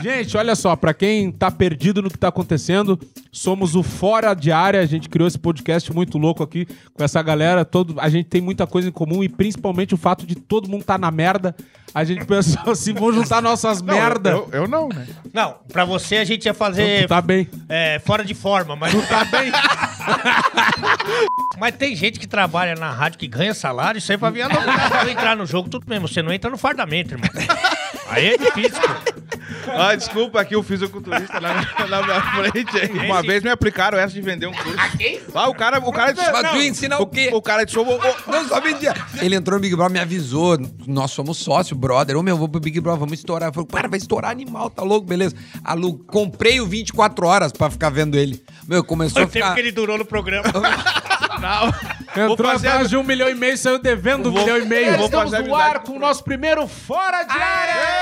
Gente, olha só, pra quem tá perdido no que tá acontecendo, somos o Fora de Área, a gente criou esse podcast muito louco aqui com essa galera, todo, a gente tem muita coisa em comum e principalmente o fato de todo mundo tá na merda, a gente pensou assim, vamos juntar nossas Não, merda. Eu, eu não, né? Não, pra você a gente ia fazer Então, tu tá bem. é, fora de forma, mas, Tá bem. mas tem gente que trabalha na rádio que ganha salário, isso aí pra vir a entrar no jogo, tudo mesmo. Você não entra no fardamento, irmão. Aí é difícil, pô. Ah, desculpa, aqui o fisiculturista na, na minha frente. aí. Uma vez me aplicaram essa de vender um curso. Ah, o cara, o cara disse. Mas tu não, ia ensinar o quê? O cara disse, ô, ô, ô, Não, só vendia. Ele entrou no Big Brother, me avisou. Nós somos sócio, brother. Ô, meu, vou pro Big Brother, vamos estourar. Eu falei, cara, vai estourar animal, tá louco? Beleza. Alu, comprei o 24 horas pra ficar vendo ele. Meu, começou Foi a o tempo ficar... que ele durou no programa. Vou Entrou fazer atrás a- de um milhão e meio, saiu devendo um Vou- milhão e meio. Vou Estamos fazer a no ar amizade com o nosso primeiro Fora de Área!